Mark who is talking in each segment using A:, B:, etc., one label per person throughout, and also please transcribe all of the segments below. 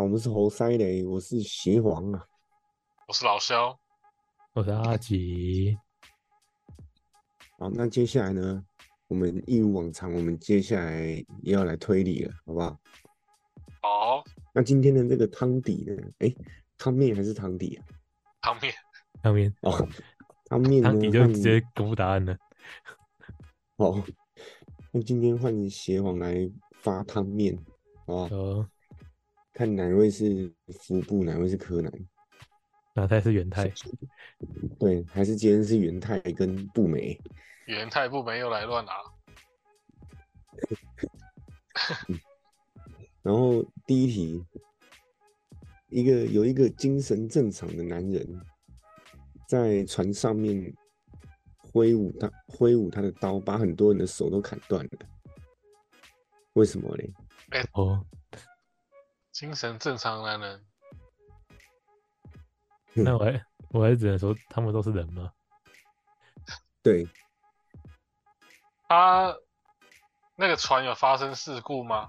A: 我们是猴塞雷，我是邪皇啊。
B: 我是老肖，
C: 我是阿吉，
A: 好，那接下来呢，我们一如往常，我们接下来也要来推理了，好不好？
B: 好，
A: 那今天的这个汤底呢？哎，汤面还是汤底啊？
B: 汤面
C: 汤面
A: 哦，汤面呢？
C: 汤底就
A: 换
C: 直接公布答案了。
A: 哦。那今天换邪皇来发汤面，好不好？
C: 哦，
A: 看哪位是服部，哪位是柯南？
C: 哪太是元太？
A: 对，还是今天是元太跟步美？
B: 元太部没有来乱啊，
A: 然后第一题，一个有一个精神正常的男人，在船上面挥舞他挥舞他的刀，把很多人的手都砍断了。为什么嘞？
C: 哦，
B: 精神正常男人，
A: 嗯
C: 那我还我还只能说他们都是人吗？
A: 对，
B: 他那个船有发生事故吗？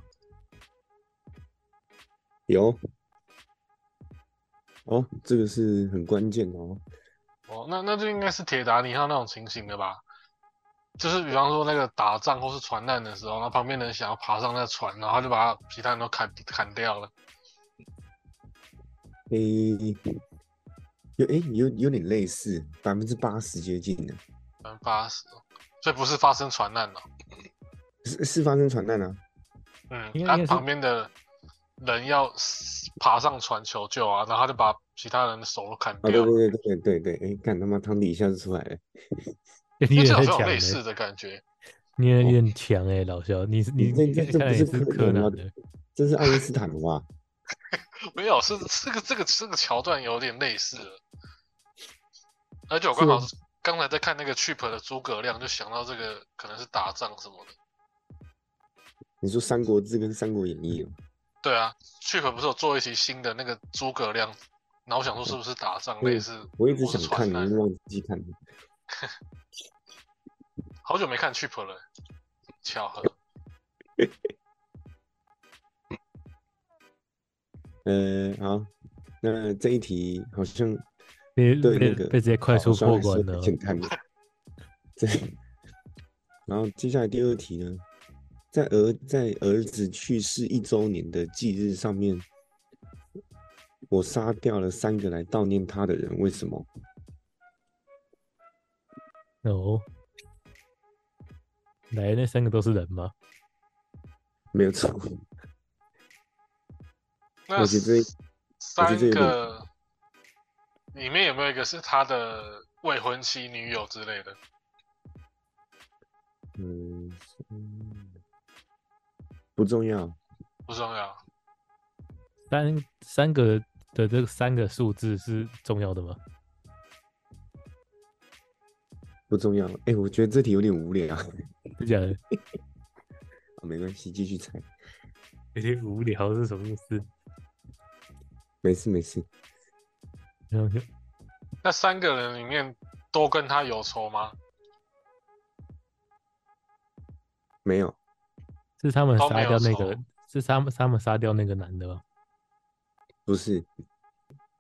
A: 有。哦，这个是很关键哦。
B: 哦，那那就应该是铁达尼号那种情形的吧？就是比方说那个打仗或是船难的时候，然后旁边人想要爬上那船，然后他就把其他人都砍砍掉了。
A: 诶、有诶、有有点类似，百分之八十接近的，
B: 百分之八十，所以不是发生船难哦了、
A: 是是发生船难啊。
B: 嗯，
C: 应
B: 他、
C: 该应该是
B: 旁边的人要爬上船求救啊，然后他就把其他人的手都砍
A: 啊，对
B: 掉了。
A: 对对对对对，诶、干他妈汤底一下就出来了。
C: 你
B: 就
C: 也
B: 这
C: 很
B: 好像有
C: 强欸
B: 类似的感觉，
C: 你也有点强哎，老肖，你是你
A: 这
C: 你
A: 这哦这
C: 看来
A: 不
C: 也
A: 是
C: 是
A: 柯
C: 柯
A: 南
C: 南
A: 吗
C: 的，
A: 这是爱因斯坦的吧？
B: 没有是这个这个这个桥段有点类似了而且我刚好
A: 是
B: 刚才在看那个 Cheap 的诸葛亮，就想到这个可能是打仗什么的。
A: 你说《三国志》跟《三国演义》哦，
B: 对啊，Cheap 不是有做一期新的那个诸葛亮，然后我想说是不是打仗
A: 对
B: 类似，
A: 我一直
B: 或是
A: 想看，
B: 传
A: 我
B: 难
A: 就忘记看了。
B: 好久没看 Cheap 了，巧合。
A: 呃，好，那这一题好像
C: 被
A: 对
C: 被
A: 那个
C: 被直接快速
A: 好像
C: 破
A: 还是
C: 关
A: 很
C: 了。
A: 简单的。这，然后接下来第二题呢，在儿在儿子去世一周年的忌日上面，我杀掉了三个来悼念他的人，为什么？
C: 哦，来，那三个都是人吗？
A: 没有错，
B: 那
A: 我觉得我觉
B: 三
A: 得这有点
B: 个里面有没有一个是他的未婚妻、女友之类的？
A: 嗯，嗯不重要。
B: 不重要。
C: 三三个的这三个数字是重要的吗？
A: 不重要。哎、我觉得这题有点无聊，啊
C: 真假的？
A: 没关系，继续猜，
C: 有点无聊是什么意思？
A: 没事没事。
C: 然后就
B: 那三个人里面都跟他有仇吗？
A: 没有，
C: 是他们
B: 都没
C: 杀
B: 有
C: 掉那个
B: 仇，
C: 是他们他们杀掉那个男的吗？
A: 不是。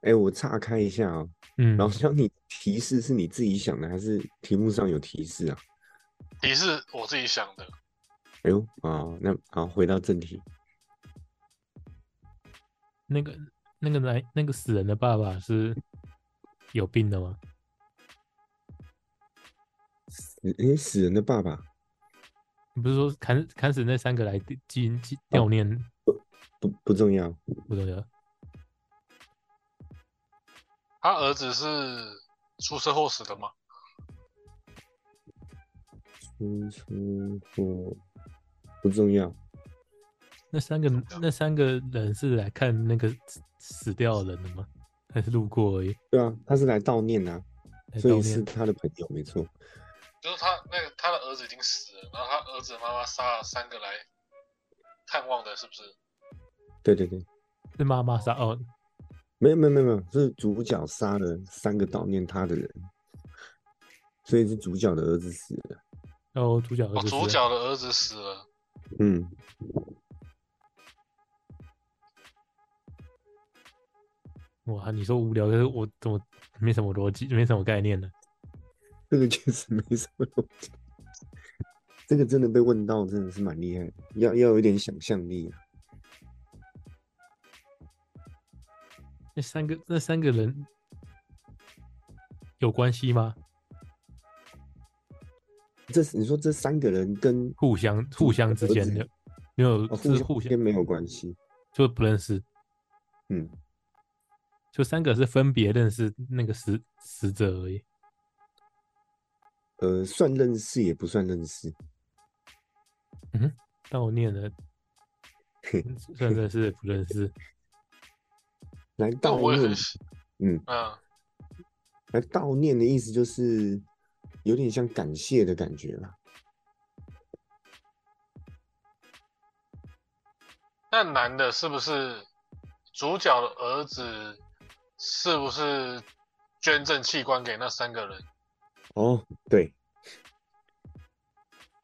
A: 哎、我岔开一下哦，
C: 嗯，
A: 老肖，你提示是你自己想的，还是题目上有提示啊？
B: 也是我自己想的。
A: 哎呦，啊，那好，回到正题，
C: 那个那个男那个死人的爸爸是有病的吗？
A: 哎、死人的爸爸
C: 你不是说砍砍死那三个来纪纪
A: 哦
C: 悼念
A: 不不重要，
C: 不重要？
B: 他儿子是出车祸死的吗？
A: 出出祸不重要，
C: 那三个
B: 要
C: 那三个人是来看那个死死掉的人的吗？还是路过而已？
A: 对啊，他是来悼念的、啊，
C: 来
A: 所以
C: 悼
A: 是
C: 念？
A: 他的朋友，没错，
B: 就是他那个他的儿子已经死了，然后他儿子的妈妈杀了三个来探望的，是不是？
A: 对对对，
C: 是妈妈杀哦，
A: 没有没有没有没有，是主角杀了三个悼念他的人，所以是主角的儿子死了。
C: 哦，主角儿
B: 哦，
C: 子死
B: 主
C: 了
B: 角的儿子死了，
A: 嗯，
C: 哇，你说无聊，可是我怎么没什么逻辑，没什么概念呢？
A: 这个确实没什么逻辑。这个真的被问到，真的是蛮厉害的，要要有一点想象力啊。
C: 那三个那三个人有关系吗？
A: 这你说这三个人跟
C: 互相互相之间的没有
A: 哦互
C: 是
A: 相
C: 互
A: 之
C: 相
A: 间没有关系，
C: 就不认识，
A: 嗯，
C: 就三个是分别认识那个死死者而已。
A: 呃，算认识也不算认识，
C: 但我念了
A: 嘿，
C: 算认识不认识，
A: 来
B: 但
A: 悼
B: 我也
A: 念
B: 很，喜，
A: 嗯，
B: 嗯，
A: 来悼念的意思就是有点像感谢的感觉啦。
B: 那男的是不是主角的儿子？是不是捐赠器官给那三个人？
A: 哦，对，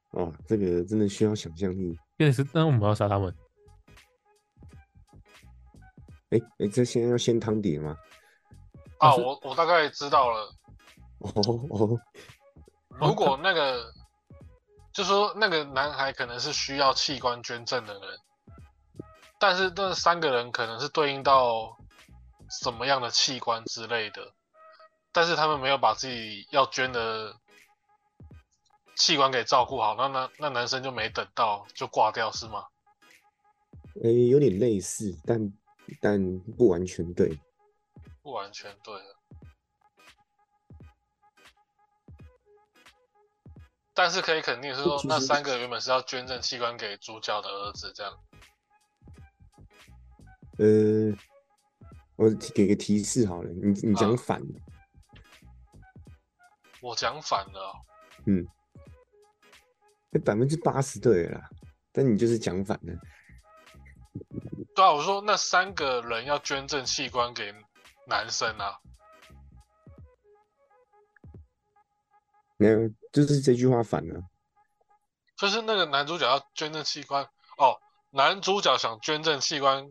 A: 哦，这个真的需要想象力。
C: 但是那我们要杀他们，
A: 哎哎，这现在要先汤底了吗？
C: 但
B: 啊，
C: 是
B: 我我大概知道了。
A: 哦哦，
B: 如果那个，就说那个男孩可能是需要器官捐赠的人，但是那三个人可能是对应到什么样的器官之类的，但是他们没有把自己要捐的器官给照顾好，那那那男生就没等到就挂掉是吗？
A: 哎，有点类似，但但不完全对。
B: 不完全对了。但是可以肯定是说
A: 其，实
B: 那三个原本是要捐赠器官给主角的儿子，这样
A: 呃，我提给个提示好了，你你讲
B: 啊
A: 反了，
B: 我讲反了哦、
A: 百分之八十对了啦，但你就是讲反了。
B: 对啊，我说那三个人要捐赠器官给男生啊，
A: 没有，就是这句话反了。
B: 就是那个男主角要捐赠器官哦，男主角想捐赠器官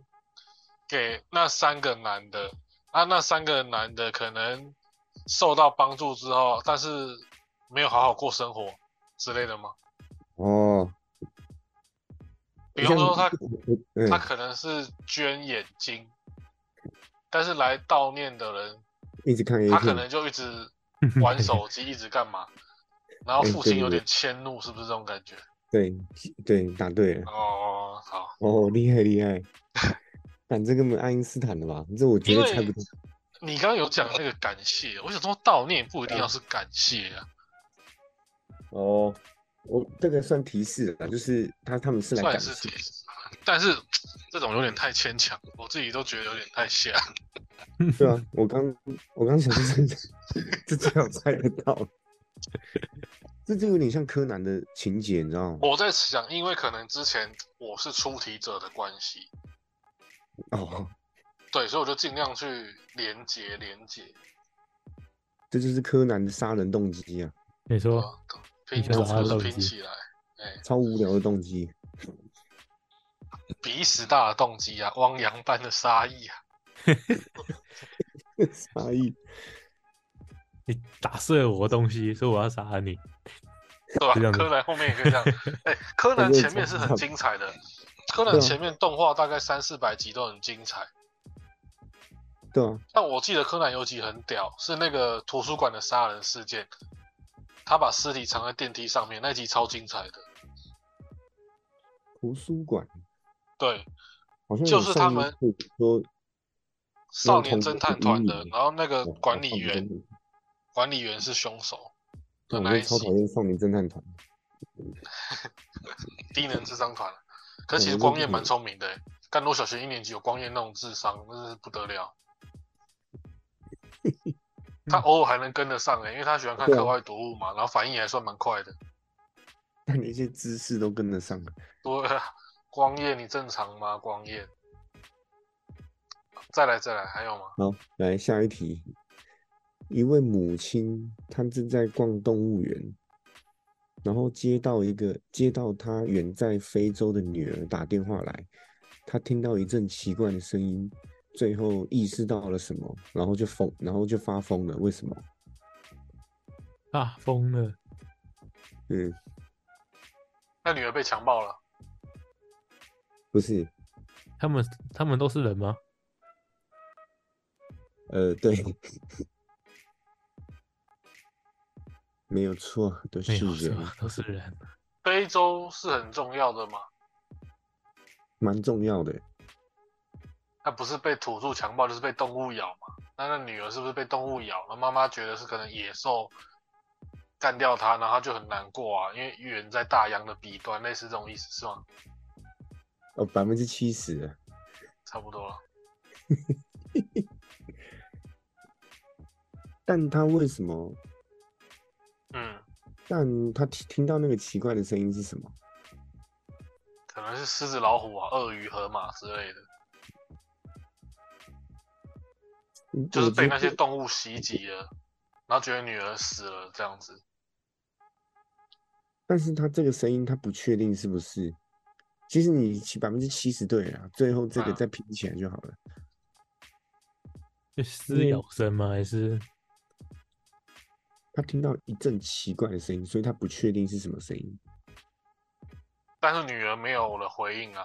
B: 给那三个男的，啊，那三个男的可能受到帮助之后，但是没有好好过生活之类的吗？
A: 哦，
B: 比方说他
A: 嗯
B: 他，可能是捐眼睛，但是来悼念的人，
A: 一直看 A
B: 他可
A: 片，
B: 能就一直 玩手 机，一直干嘛，然后
A: 哎
B: 父
A: 对
B: 亲有
A: 对
B: 点迁怒，是不是这种感觉？
A: 对对，答对了。
B: 哦，好，
A: 哦，厉害厉害！但这根本爱因斯坦的吧？这我绝
B: 因
A: 对猜
B: 为
A: 不到。
B: 你刚刚有讲那个感谢，我想说悼念不一
C: 嗯
B: 定要是感谢啊，
A: 哦，我这个算提示了，就是他他们是来
B: 算
A: 感
B: 是
A: 谢
B: 提，示， 但是这种有点太牵强，我自己都觉得有点太像。
A: 对啊，我刚我刚想 说这这最好猜得到， 这就有点像柯南的情节，你知道吗？
B: 我在想，因为可能之前我是出题者的关系，
A: 哦，
B: 对，所以我就尽量去连接连接。
A: 这就是柯南的杀人动机啊，
C: 你说
B: 啊拼
C: 你想
B: 图
C: 把它
B: 是
C: 弄
B: 拼
C: 死
B: 起来，
A: 超无聊的动机。
B: 鼻屎大的动机啊，汪洋般的杀意啊！
A: 差异，
C: 你打碎了我的东西，所以我要杀了你。
B: 对吧
C: 这？样子
B: 柯南后面也可以 这样。哎、柯南
A: 这个
B: 前面是
A: 超
B: 很精彩的，柯
A: 对
B: 南
A: 啊
B: 前面动画大概三四百集都很精彩。
A: 对啊，
B: 但我记得柯南有集很屌，是那个图书馆的杀人事件，他把尸体藏在电梯上面，那集超精彩的。
A: 图书馆
B: 对，
A: 好像
B: 就
A: 有
B: 是
A: 上
B: 他们
A: YouTube 说
B: 少年侦探团
A: 那个
B: 的
A: 同，
B: 然后那个
A: 哦
B: 管理
A: 少年
B: 员
A: 侦，探
B: 管理员是凶手的
A: 哦我
B: 那
A: 就
B: 一
A: 超
B: 集
A: 讨，厌少年侦探团。
B: 低能智商团。可
A: 哦
B: 是其实
A: 我就
B: 光
A: 不
B: 彦蛮
A: 懂
B: 聪明的欸，干多小学一年级有光彦那种智商，那是不 得了。他偶尔还能跟得上哎、因为他喜欢看
A: 对啊
B: 课外读物嘛，然后反应也还算蛮快的。
A: 但你一些知识都跟得上了。
B: 对啊， 光彦你正常吗？光彦，再来再来，还有吗？
A: 好，来下一题。一位母亲，她正在逛动物园，然后接到一个接到她远在非洲的女儿打电话来，她听到一阵奇怪的声音，最后意识到了什么，然后就疯，然后就发疯了。为什么？
C: 啊，疯了！
A: 嗯，
B: 那女儿被强暴了，
A: 不是，
C: 他们他们都是人吗？
A: 呃，对，没有错，都
C: 没
A: 是
C: 有是
A: 人，
C: 吧？都是人。
B: 非洲是很重要的嘛？
A: 蛮重要的。
B: 那不是被土著强暴，就是被动物咬嘛？那那女儿是不是被动物咬了？妈妈觉得是可能野兽干掉她，然后她就很难过啊，因为远在大洋的彼端，类似这种意思是吗？
A: 哦，百分之七十，
B: 差不多了。
A: 但他为什么？
B: 嗯，
A: 但他听听到那个奇怪的声音是什么？
B: 可能是狮子、老虎啊、鳄鱼、河马之类的，
A: 嗯
B: 就是
A: 我
B: 被
A: 觉
B: 那些
A: 得
B: 动物袭击了，然后觉得女儿死了这样子。
A: 但是他这个声音他不确定是不是。其实你百分之七十对了啊，最后这个
B: 嗯
A: 再拼起来就好了。
C: 是撕
A: 嗯
C: 咬声吗？还是
A: 他听到一阵奇怪的声音，所以他不确定是什么声音。
B: 但是女儿没有了回应啊，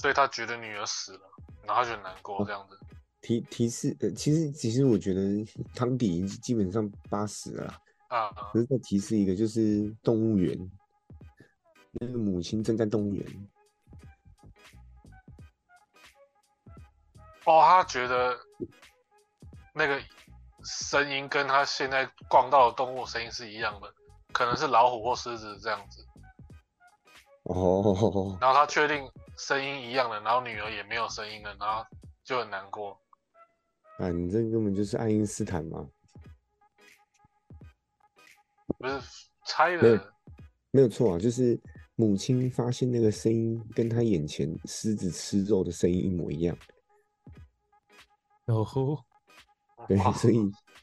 B: 所以他觉得女儿死了，然后他就很难过这样子。
A: 提提示，呃，其实其实我觉得汤底基本上八十了啦，
B: 啊、啊
A: 可是再提示一个，就是动物园，那个母亲正在动物园，
B: 哦，他觉得那个声音跟他现在逛到的动物声音是一样的，可能是老虎或狮子这样子。
A: 哦，
B: 然后他确定声音一样了，然后女儿也没有声音了，然后就很难过。
A: 啊，你这根本就是爱因斯坦嘛，
B: 不是猜
A: 没有
B: 的，
A: 没有错啊，就是母亲发现那个声音跟她眼前狮子吃肉的声音一模一样，
C: 哦吼，
A: 对，
B: 哇
A: 所以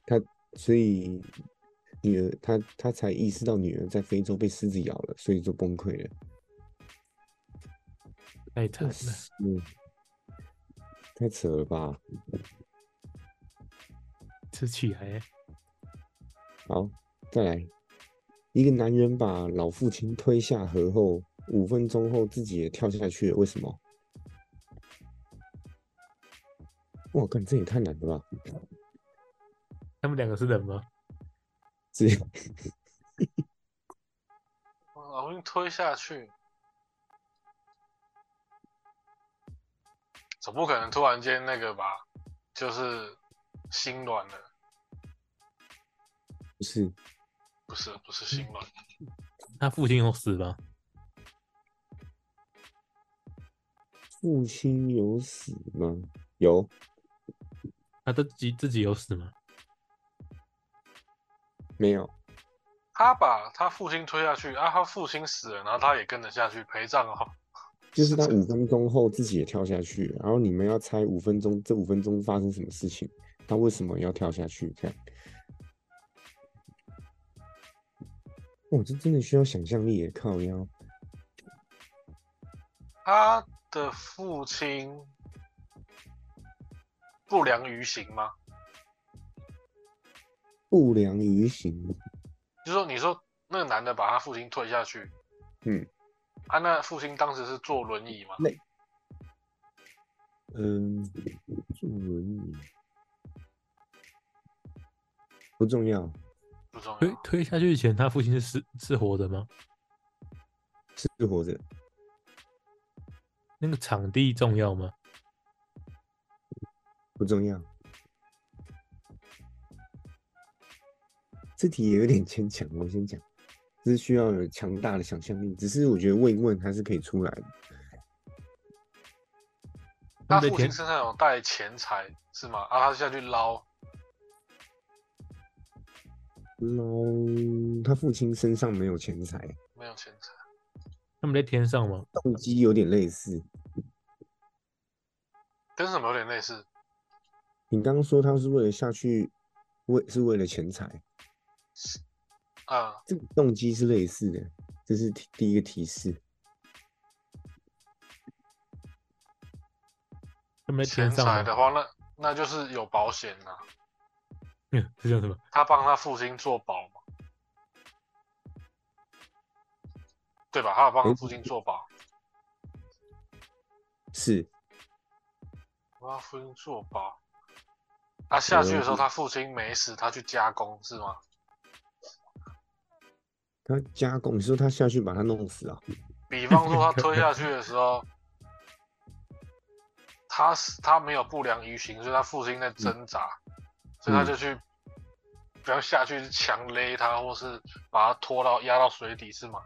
A: 她所以女儿她她才意识到女儿在非洲被狮子咬了，所以就崩溃了。
C: 太惨了！
A: 嗯，太扯了吧？
C: 吃起来，
A: 好，再来。一个男人把老父亲推下河后，五分钟后自己也跳下去了，为什么？哇，干，这也太难了吧！
C: 他们两个是人吗？
A: 这
B: 老鹰推下去，总不可能突然间那个吧，就是心软了，
A: 不是
B: 不是不是心软，
C: 他父亲有死吗？
A: 父亲有死吗？有，
C: 他自己自己有死吗？
A: 没有？
B: 他把他父亲推下去啊，他父亲死了，然后他也跟着下去陪葬哦。
A: 就是他五分钟后自己也跳下去，然后你们要猜五分钟这五分钟发生什么事情，他为什么要跳下去？这样，哇，哦这真的需要想象力耶！靠腰，
B: 他的父亲不良于行吗？
A: 不良于行，
B: 就说你说那个男的把他父亲推下去，
A: 嗯，
B: 啊，那父亲当时是坐轮椅嘛？
A: 嗯，坐轮椅不重要，
B: 不重
C: 推
B: 要，
C: 推下去前，他父亲是是是活的吗？
A: 是活着，
C: 那个场地重要吗？
A: 不重要。这题也有点牵强，我先讲，这是需要有强大的想象力。只是我觉得问一问还是可以出来的。
B: 他
C: 被
B: 父
C: 填
B: 亲身上有带钱财是吗？啊，他下去捞，
A: 捞，他父亲身上没有钱财，
B: 没有钱财，
C: 他们在天上吗？
A: 动机有点类似。
B: 跟什么有点类似？
A: 你刚刚说他是为了下去，为是为了钱财，
B: 啊、呃
A: 这个动机是类似的，这是提第一个提示。
C: 他们在
B: 钱
C: 天上啊
B: 财
C: 吗
B: 的话，那那就是有保险呐、
C: 嗯，这叫什么？
B: 他帮他父亲做保嘛，对吧？他有帮他
A: 诶
B: 父亲做保，
A: 是
B: 帮他父亲做保。他下去的时候，
A: 嗯
B: 他父亲没死，他去加工是吗？
A: 他加工，你说他下去把他弄死啊？
B: 比方说他推下去的时候，他是他没有不良于行，所以他父亲在挣扎，
A: 嗯
B: 所以他就去不要下去强勒他，或是把他拖到压到水底是吗？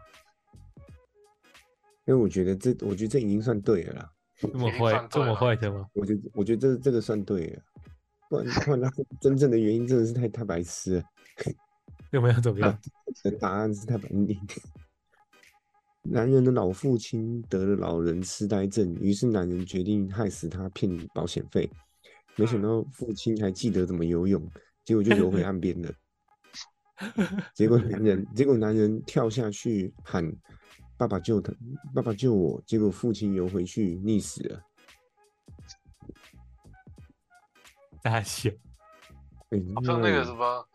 A: 因为我觉得这，我觉得这已经算对了啦。
C: 这么
B: 已经
C: 坏
B: 算，
C: 这
B: 对
C: 么
B: 了
C: 坏的吗？
A: 我觉得，我觉得这这个算对了，不然不然他真正的原因真的是太太白痴了。
C: 要不要怎么样？
A: 你的答案是太白你。 男人的老父亲得了老人痴呆症，于是男人决定害死他骗保险费。没
B: 嗯
A: 想到父亲还记得怎么游泳，结果就游回岸边 了。结果男人，结果男人跳下去喊“爸爸救他，爸爸救我”，结果父亲游回去溺死了。
C: 大小
A: 哎、
B: 好像那个什么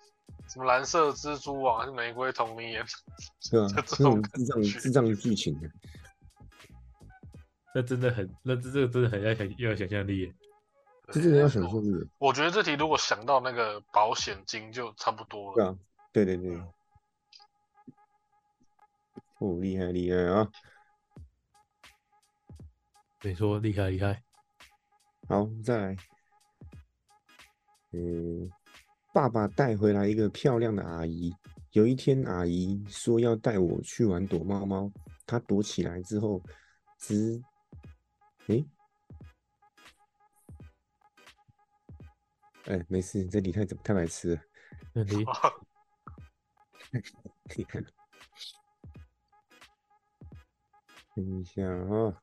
B: 什么蓝色蜘蛛网还是玫瑰同林演，
A: 是啊，这
B: 这这种
A: 种
B: 感
A: 智障
B: 觉
A: 智障剧情啊，
C: 那真的很，那这这个真的很要想要有想象力耶。
A: 这真的要想象力。
B: 我觉得这题如果想到那个保险金就差不多
A: 对
B: 了。
A: 啊，对对对，哦，厉害厉害啊！
C: 你说厉害厉害，
A: 好，再来，嗯，爸爸带回来一个漂亮的阿姨。有一天，阿姨说要带我去玩躲猫猫，她躲起来之后，直，诶，哎，没事，这里太太白痴了。
C: 问题
A: 啊你看， 等一下啊。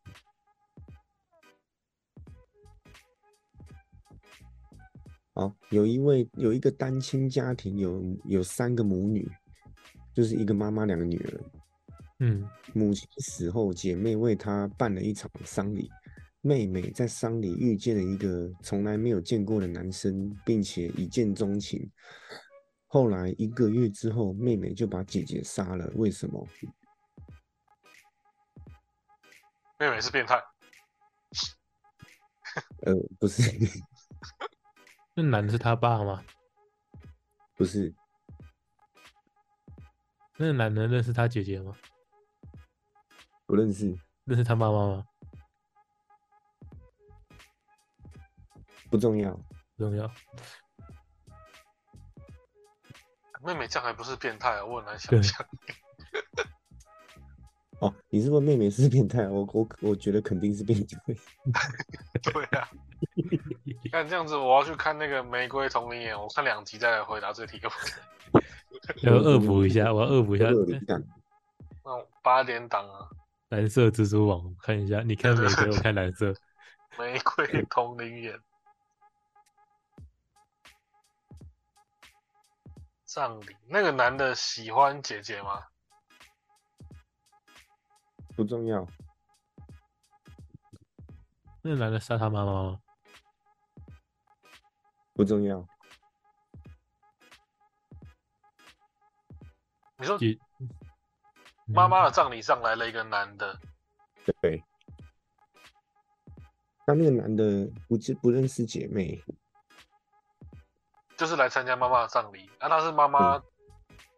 A: 好，有一位有一个单亲家庭有，有三个母女，就是一个妈妈，两个女儿。
C: 嗯，
A: 母亲死后，姐妹为她办了一场丧礼。妹妹在丧礼遇见了一个从来没有见过的男生，并且一见钟情。后来一个月之后，妹妹就把姐姐杀了。为什么？
B: 妹妹是变态，
A: 呃，不是，
C: 那男的是他爸吗？
A: 不是，
C: 那男的认识他姐姐吗？
A: 不认识，
C: 认识他妈妈吗？
A: 不重要。
C: 不 重要。
B: 妹妹这样还不是变态、啊，我很难想
C: 对
B: 象。
A: 哦，你是问妹妹是变态？我我我觉得肯定是变态。
B: 对啊，看这样子，我要去看那个《玫瑰同林演》，我看两集再来回答这题。
C: 要恶补一下，我要恶补一下
A: 我有灵感。
B: 那种八点档啊，
C: 蓝色蜘蛛网，我看一下，你看玫 瑰，我看蓝色。
B: 《玫瑰同林演》葬礼，那个男的喜欢姐姐吗？
A: 不重要，
C: 那男的杀他妈妈吗？
A: 不重要。
B: 你说
C: 姐嗯
B: 妈妈的葬礼上来了一个男的，
A: 对，那那个男的不知不认识姐妹，
B: 就是来参加妈妈的葬礼，啊，他是妈
C: 嗯
B: 妈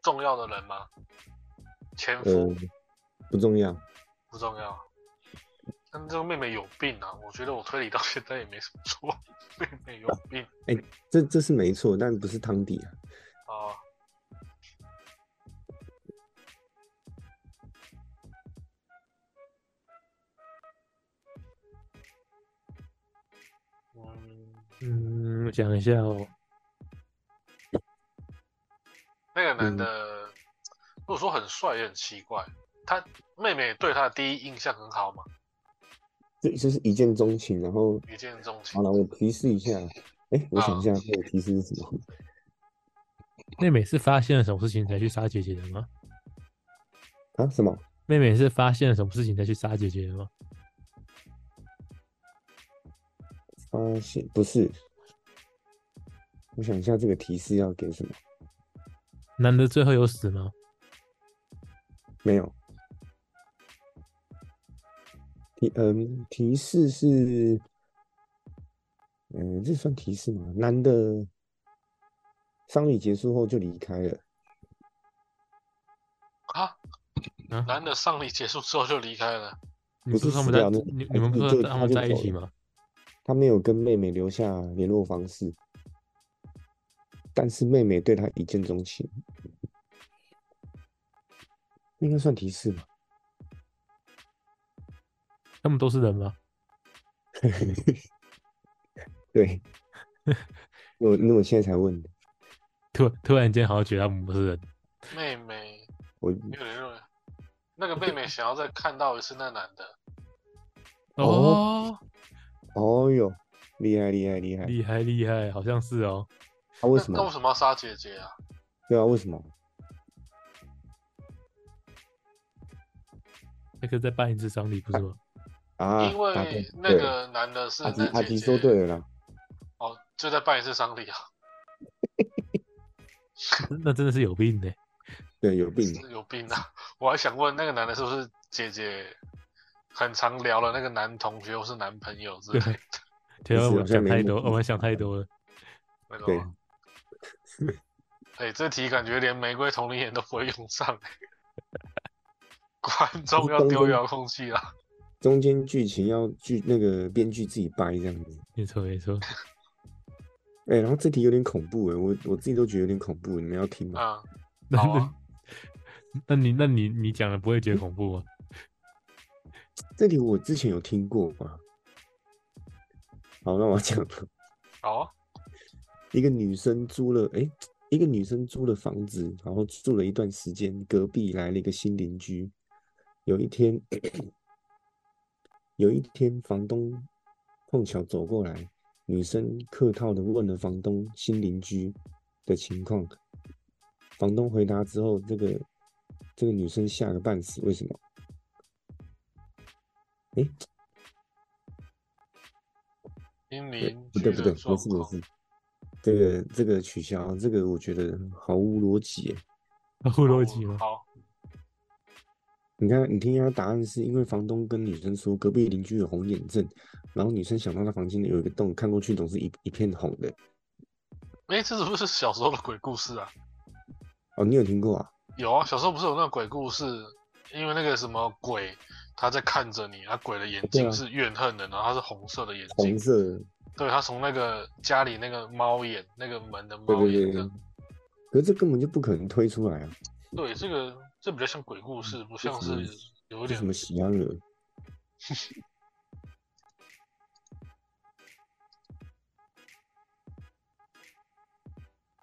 B: 重要的人吗？前
A: 呃
B: 夫，
A: 不重要。
B: 不重要。啊但这个妹妹有病啊！我觉得我推理到现在也没什么错，妹妹有病
A: 这这是没错，但不是汤底啊。
B: 啊！嗯，
C: 嗯，我想一下哦，
B: 那个男
A: 嗯
B: 的，如果说很帅也很奇怪，他妹妹对他的第一印象很好嘛，
A: 这就是一见钟情，然后
B: 一见钟情
A: 好。了，我提示一下。哎，我想一
B: 啊
A: 下，我提示是什么？
C: 妹妹是发现了什么事情才去杀姐姐的吗？
A: 啊，什么？
C: 妹妹是发现了什么事情才去杀姐姐的吗？
A: 发发现不是，我想一下这个提示要给什么？
C: 男的最后有死吗？
A: 没有。提嗯，提示是，嗯，这算提示吗？男的丧礼结束后就离开了，
B: 啊，
C: 啊，
B: 男的丧礼结束之后就离开了，
C: 你
A: 不
C: 不
A: 是
C: 是说他们
A: 死
C: 在
A: 掉那
C: 你
A: 哎
C: 你们不
A: 就是
C: 说
A: 就
C: 他
A: 他
C: 们
A: 就
C: 在一
A: 走
C: 起
A: 了
C: 吗？
A: 他没有跟妹妹留下联络方式，但是妹妹对他一见钟情，应该算提示吧？
C: 他们都是人吗？
A: 对，我那我现在才问的，
C: 突突然间好像觉得他们不是人，
B: 妹妹
A: 我
B: 没有联络了。那个妹妹想要再看到一次那男的，
A: 哦
C: 哦，
A: 哦哟，厉害厉害厉害！
C: 厉害厉害，好像是哦。
A: 他、为
B: 那
A: 什
B: 那为
A: 么？
B: 什么要杀姐姐啊？
A: 对啊，为什么？
C: 那个再办一次丧礼不是吗？
A: 啊，
B: 因
A: 答对啊
B: 为那
A: 对
B: 个男的是
A: 阿吉
B: 那
A: 阿
B: 姐
A: 吉
B: 姐
A: 说对了啦，
B: 哦，就在办一次丧礼啊，
C: 那真的是有病呢。
A: 对，有病，
B: 是有病啊！ 我还想问那个男的是不是姐姐，很常聊了那个男同学或是男朋友之类的
C: 对啊，
A: 是
C: 我
A: 好
C: 们
A: 像
C: 想
A: 没
C: 太
A: 目
C: 多，
A: 的
C: 我们想太多了。
B: 那个
A: 对
B: 吗。 哎，这题感觉连玫瑰同龄眼都不会用上、欸， 观众要丢遥控器啊啦！
A: 中间剧情要剧那个编剧自己掰这样子。
C: 没错没错，
A: 哎、然后这题有点恐怖哎、我我自己都觉得有点恐怖，你们要听吗？
B: 嗯，
C: 那
B: 好啊
C: 那那你那你你讲了不会觉得恐怖吗？
A: 这题我之前有听过吧？好，那我讲了，
B: 好啊，
A: 一个女生租了，哎、一个女生租了房子，然后住了一段时间，隔壁来了一个新邻居。有一天，有一天，房东碰巧走过来，女生客套的问了房东新邻居的情况。房东回答之后，这个这个女生吓个半死，为什么？哎、
B: 心灵
A: 不对不对，
B: 状
A: 不是不
B: 况，
A: 是，这个这个取消，这个我觉得毫无逻辑耶。
C: 互逻辑吗？
B: 好，
A: 你看，你听一下答案，是因为房东跟女生说隔壁邻居有红眼症，然后女生想到她房间里有一个洞，看过去总是一一片红的。
B: 哎、这是不是小时候的鬼故事啊？
A: 哦，你有听过啊？
B: 有啊，小时候不是有那个鬼故事，因为那个什么鬼他在看着你，他鬼的眼
A: 对
B: 睛
A: 啊
B: 是怨恨的，然后他是红色的眼睛
A: 红，色的，
B: 对他从那个家里那个猫眼那个门的
A: 对
B: 猫
A: 对对
B: 眼
A: 对
B: 的，。
A: 可是这根本就不可能推出来啊！
B: 对这个这比较像鬼故事，不
A: 这
B: 像
A: 什么
B: 是有
A: 这
B: 点
A: 什么喜羊羊？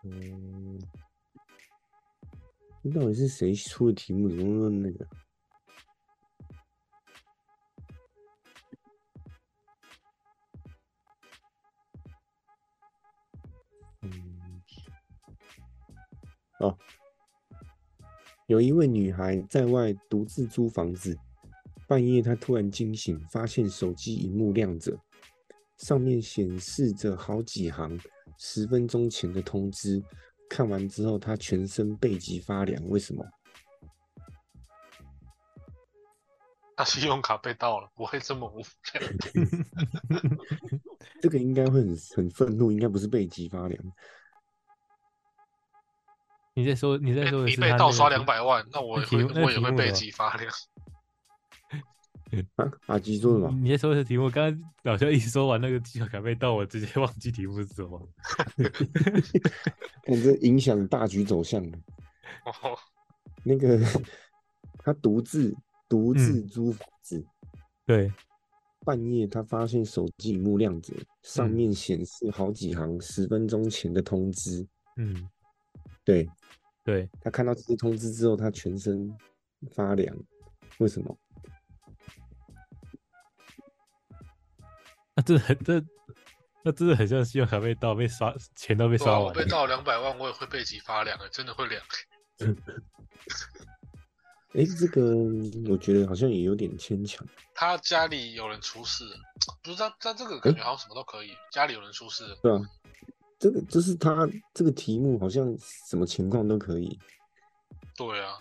A: 嗯，这到底是谁出的题目？怎么那么那个？嗯，哦，有一位女孩在外独自租房子，半夜她突然惊醒，发现手机荧幕亮着，上面显示着好几行十分钟前的通知。看完之后，她全身背脊发凉，为什么？
B: 他信用卡被盗了，不会这么无聊。
A: 这个应该会很很愤怒，应该不是背脊发凉。
C: 你在说你在说的
B: 你
C: 是
B: 被
C: 他
B: 盗
C: 那
B: 刷
C: 个
B: 两百万，那我也
C: 题
B: 会
C: 目那
B: 我也
C: 题
B: 会
C: 目
B: 背
C: 呢
B: 脊发凉。
A: 啊，阿基说什
C: 你
A: 么？
C: 你在说的题目，刚刚老肖一说完那个信用卡被盗，我直接忘记题目是什 么。
A: 看这影响大局走向了。
B: 哦，
A: 那个 他独自独自租房子，
C: 对，
A: 半夜他发现手机荧幕亮着，上
C: 嗯
A: 面显示好几行十分钟前的通知。
C: 嗯，
A: 对
C: 对，
A: 他看到这些通知之后，他全身发凉，为什么？
C: 那真的很这那真的很像信用卡被盗，被刷钱都被
B: 对啊，
C: 刷
B: 我
C: 完了
B: 被。盗两百万，我也会背脊发凉的，真的会凉。
A: 哎，这个我觉得好像也有点牵强。
B: 他家里有人出事了，不是他他这个感觉好像什么都可以，家里有人出事了，
A: 这个就是他这个题目好像什么情况都可以。
B: 对啊，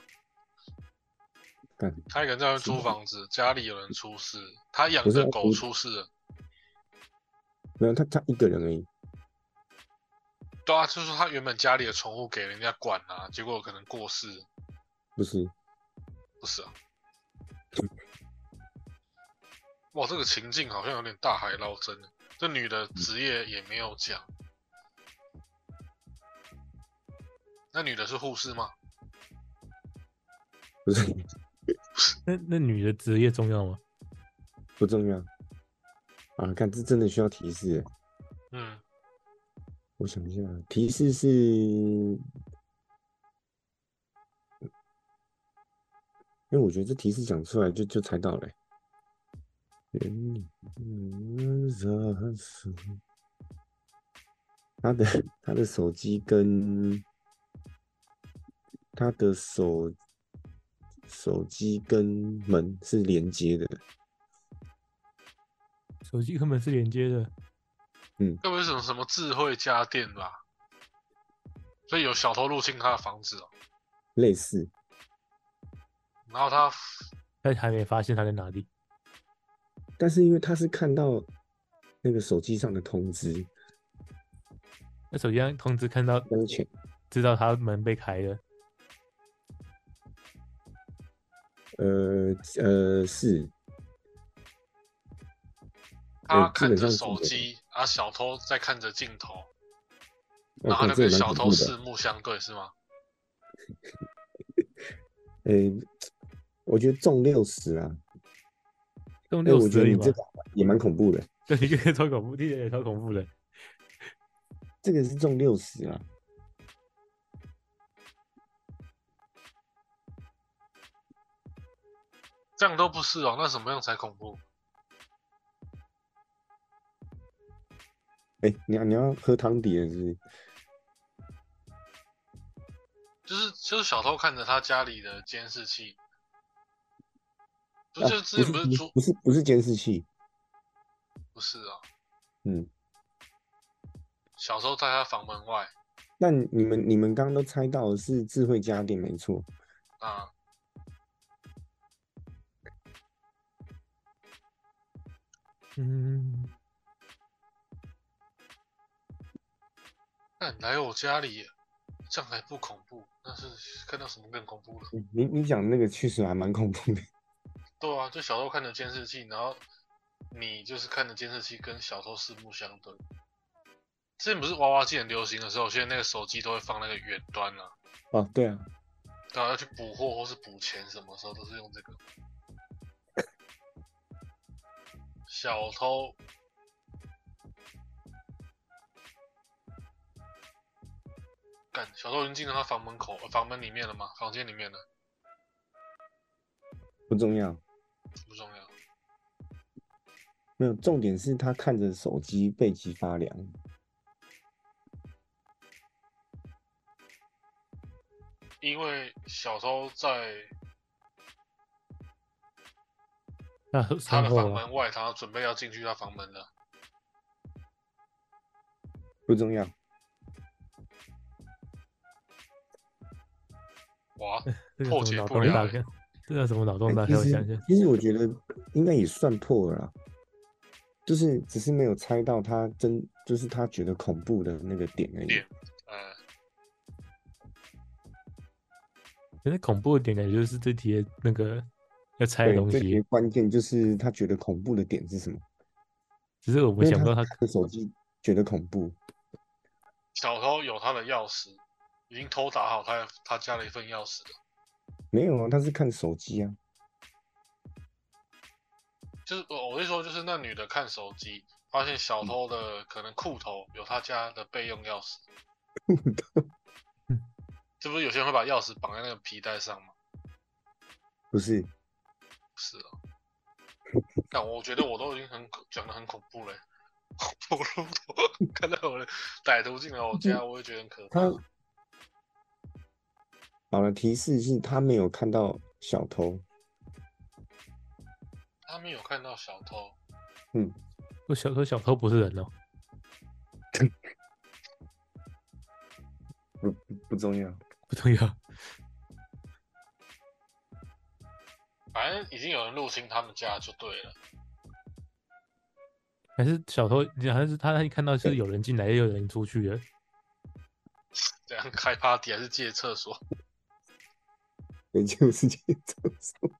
A: 干，
B: 他一个人在外面
A: 什么
B: 租房子，家里有人出事，他养
A: 不是
B: 的
A: 啊
B: 狗
A: 我
B: 出事了，
A: 没有他他一个人而已。
B: 对啊，就是说他原本家里的宠物给人家管啊，结果可能过世，
A: 不是，
B: 不是啊？哇，这个情境好像有点大海捞针了。这女的
A: 嗯
B: 职业也没有讲，那女的是护士吗？
A: 不是
C: 那那女的职业重要吗？
A: 不重要。啊，看这真的需要提示欸。
B: 嗯，
A: 我想一下，提示是，因为我觉得这提示讲出来就就猜到了欸。人里面热死他的他的手机跟他的手手机跟门是连接的，
C: 手机根本是连接的，
B: 该不会是什么什么智慧家电吧？所以有小偷入侵她的房子哦，
A: 类似
B: 然后她
C: 但还没发现他在哪里。
A: 但是因为他是看到那个手机上的通知，
C: 那手机上通知看到，
A: 但是全
C: 知道他门被开了，
A: 呃呃是嗯
B: 她
A: 基
B: 看
A: 本上
B: 着
A: 是
B: 手
A: 这个
B: 机，啊，小偷在看着镜头，
A: 哦
B: 然后
A: 干
B: 那
A: 这
B: 跟
A: 也蛮
B: 小
A: 恐
B: 偷
A: 怖的
B: 四目相对是吗？
A: 诶，我觉得中六十啊，
C: 用
A: 哎，
C: 六
A: 我
C: 十
A: 觉得
C: 而已
A: 你
C: 嘛
A: 这。个也蛮恐怖的，
C: 对，你觉得超恐怖，听起来也超恐怖的。
A: 这个是中六十啊，
B: 这样都不是哦，那什么样才恐怖？
A: 哎，你要你要喝汤底了是不是？
B: 就是就是小偷看着他家里的监视器，不
A: 啊
B: 是、就之前不
A: 不
B: 是租
A: 不是不是监视器，
B: 不是啊，
A: 嗯，
B: 小偷在他房门外
A: 那你们你们刚刚都猜到的是智慧家电没错，
B: 啊，
C: 嗯，
B: 那你来我家里，这样还不恐怖？那是看到什么更恐怖了？
A: 你你你讲那个确实还蛮恐怖的，
B: 对啊，就小偷看着监视器，然后你就是看着监视器跟小偷四目相对。之前不是娃娃机很流行的时候，现在那个手机都会放那个远端啊，
A: 哦对啊，
B: 对啊，要去补货或是补钱，什么时候都是用这个。小偷，干，小偷已经进到他房门口、呃房门里面了吗？房间里面了，
A: 不重要。
B: 不重要。
A: 没有，重点是他看着手机背脊发凉。
B: 因为小偷在
C: 那
B: 他的
C: 然后
B: 房
C: 啊，
B: 门外，他准备要进去他房门了。
A: 不重要，
B: 哇，
C: 这个
B: 破
C: 什
B: 解
C: 么脑
B: 不
C: 洞
B: 了
C: 大
B: 欸
C: 开， 这叫什么脑洞大
A: 哎
C: 开？
A: 其
C: 我想一
A: 实
C: 下，
A: 其实我觉得应该也算破了啦，就是只是没有猜到他真，就是他觉得恐怖的那个点而已。
B: 点呃，
C: 可是恐怖的点感觉就是这题的那个要猜的
A: 对，
C: 东
A: 这题
C: 西
A: 的，关键就是他觉得恐怖的点是什么？
C: 只是我
A: 因
C: 们
A: 为
C: 想不到
A: 他
C: 他
A: 看着手机觉得恐怖，
B: 小偷有他的钥匙，已经偷打好他他家的一份钥匙了。
A: 没有啊，他是看手机啊，
B: 就是我我是说，就是那女的看手机，发现
C: 嗯
B: 小偷的可能裤头有他家的备用钥匙。
C: 嗯
B: 这 不是有些人会把钥匙绑在那个皮带上吗？
A: 不是？
B: 不是哦。但我觉得我都已经很恐讲的很恐怖了欸。 我如果看到有人歹徒进来我家，我会觉得很可怕
A: 他。好了，提示是他没有看到小偷，
B: 他们有看到小偷，
C: 可小可小偷不是人哦，
A: 不不重 要。
C: 不重要。
B: 反正已经有人入侵他们家就对了。
C: 还是小偷，还是他一看到是有人进来，也有人出去了。
B: 这样开 party 还是借厕所？
A: 没见过世界厕所。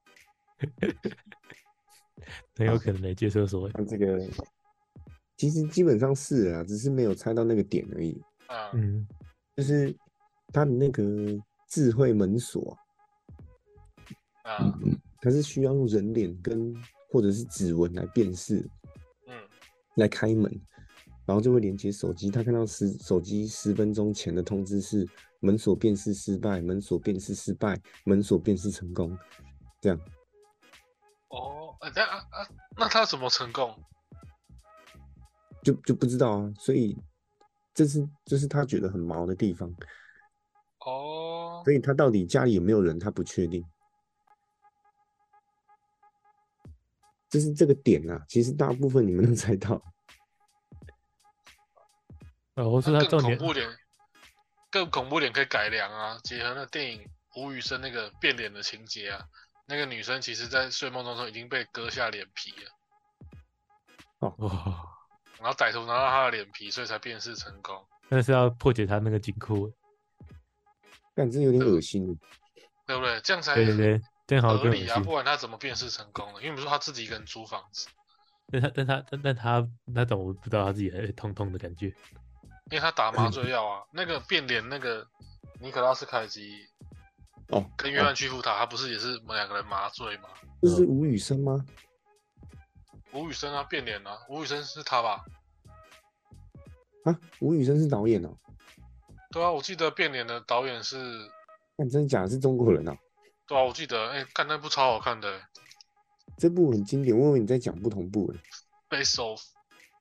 C: 很有可能没接厕 所欸。
A: 那这个其实基本上是啊，只是没有猜到那个点而已。
B: 嗯，
C: 嗯，
A: 就是它的那个智慧门锁啊、
B: 嗯
A: 它是需要用人脸跟或者是指纹来辨识
B: 嗯，
A: 来开门，然后就会连接手机。他看到十手机十分钟前的通知是门锁辨识失败，门锁辨识失败，门锁辨识成功。这样
B: 哦，呃那啊啊，那他怎么成功？
A: 就就不知道啊，所以这是这是他觉得很毛的地方。
B: 哦，
A: 所以他到底家里有没有人，他不确定。就是这个点啊，其实大部分你们都猜到，
C: 然嗯哦后是
B: 那
C: 他
B: 更
C: 重
B: 恐
C: 点，
B: 怖点，更恐怖点可以改良啊，结合那电影吴宇森那个变脸的情节啊，那个女生其实在睡梦当中已经被割下脸皮了，
C: 哇，
B: 然后歹徒拿到她的脸皮，所以才辨识成功。
C: 那是要破解他那个紧裤欸。
A: 但这有点恶心。
B: 对不对？这样才
C: 对对对，正好
B: 哎合
C: 更恶
B: 理
C: 心
B: 啊，。不然他怎么辨识成功呢？因为你说他自己一个人租房子，
C: 但他但他但但他那种我不知道他自己还痛痛的感觉。
B: 因为他打麻醉药啊。那个变脸那个尼可拉斯凯奇
A: 哦，
B: 跟约翰屈服塔，他不是也是我们两个人麻醉吗？
A: 这是吴宇森吗？
B: 吴宇森啊，变脸啊，吴宇森是他吧？
A: 啊，吴宇森是导演哦、
B: 对啊，我记得变脸的导演是，
A: 看真的假的？是中国人啊？
B: 对啊，我记得，哎、看那部超好看的，
A: 这部很经典，我以为你在讲不同部的。
B: 《Face Off》，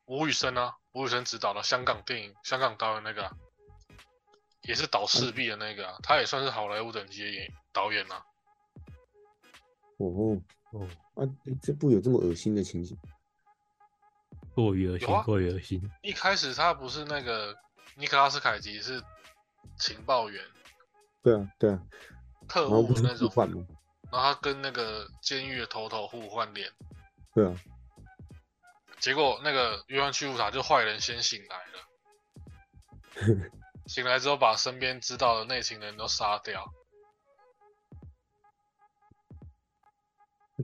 B: 吴宇森啊，吴宇森执导的香港电影，香港导演那个啊、也是导赤壁的那个啊，他也算是好莱坞等级的演导演啊。
A: 哦
C: 哦，
A: 啊，诶这部有这么恶心的情节？
C: 过于恶心
B: 有啊，
C: 过于恶心。
B: 一开始他不是那个尼克拉斯凯奇是情报员、
A: 对啊，对啊，
B: 特
A: 然后
B: 务
A: 不是
B: 那
A: 互
B: 种，
A: 换吗？
B: 然后他跟那个监狱的头头互换脸，
A: 对啊，
B: 结果那个约翰屈服塔就坏人先醒来了， 醒来之后把身边知道的内情人都杀掉，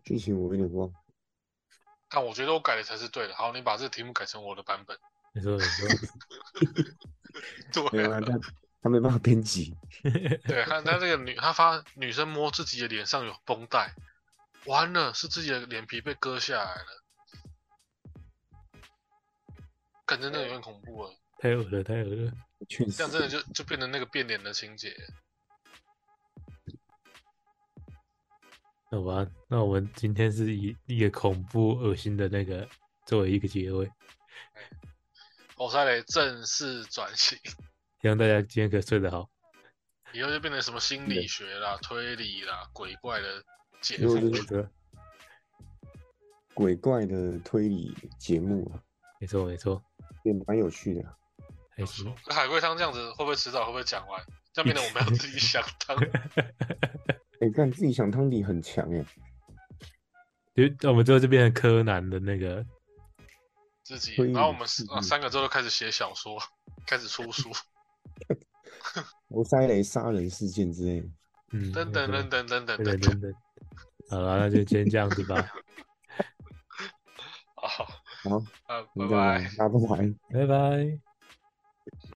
A: 剧情我有点忘。
B: 但我觉得我改的才是对的。好，你把这个题目改成我的版本，
C: 你说你说，
A: 没
B: 对
A: 有
B: 啊
A: 啊，他他没办法编辑。
B: 对，他他那个女，他发女生摸自己的脸上有绷带，完了是自己的脸皮被割下来了，感觉那有点恐怖了，
C: 太恶了太恶了。
A: 确实
B: 这样真的就就变成那个变脸的情节。
C: 好吧，那我们今天是以一个恐怖恶心的那个作为一个结尾，
B: 我赛雷哦正式转型，
C: 希望大家今天可以睡得好。
B: 以后就变成什么心理学啦、推理啦、鬼怪的解
A: 以后
B: 剖
A: 就
C: 没
A: 是
C: 错
A: 鬼怪的推理节目啊，
C: 没错没错，
A: 也蛮有趣的啊。
C: 还行。
B: 那海龟汤这样子会不会迟早会不会讲完？这样变得我们要 自己想汤。
A: 哎、看自己想汤底很强哎、
C: 就我们最后就变成柯南的那个，
B: 自己，
A: 推理
B: 然后我们
A: 是
B: 啊
A: 嗯
B: 三个之后都开始写小说，开始出书，
A: 我塞雷杀人事件之类的。
C: 嗯，
B: 等等等等等等
C: 对对
B: 等等
C: 对对，好了，那就先这样子吧，
B: 啊
A: 好，
B: 啊，拜
A: 那
B: 拜。
A: 大家拜拜。
C: 拜拜。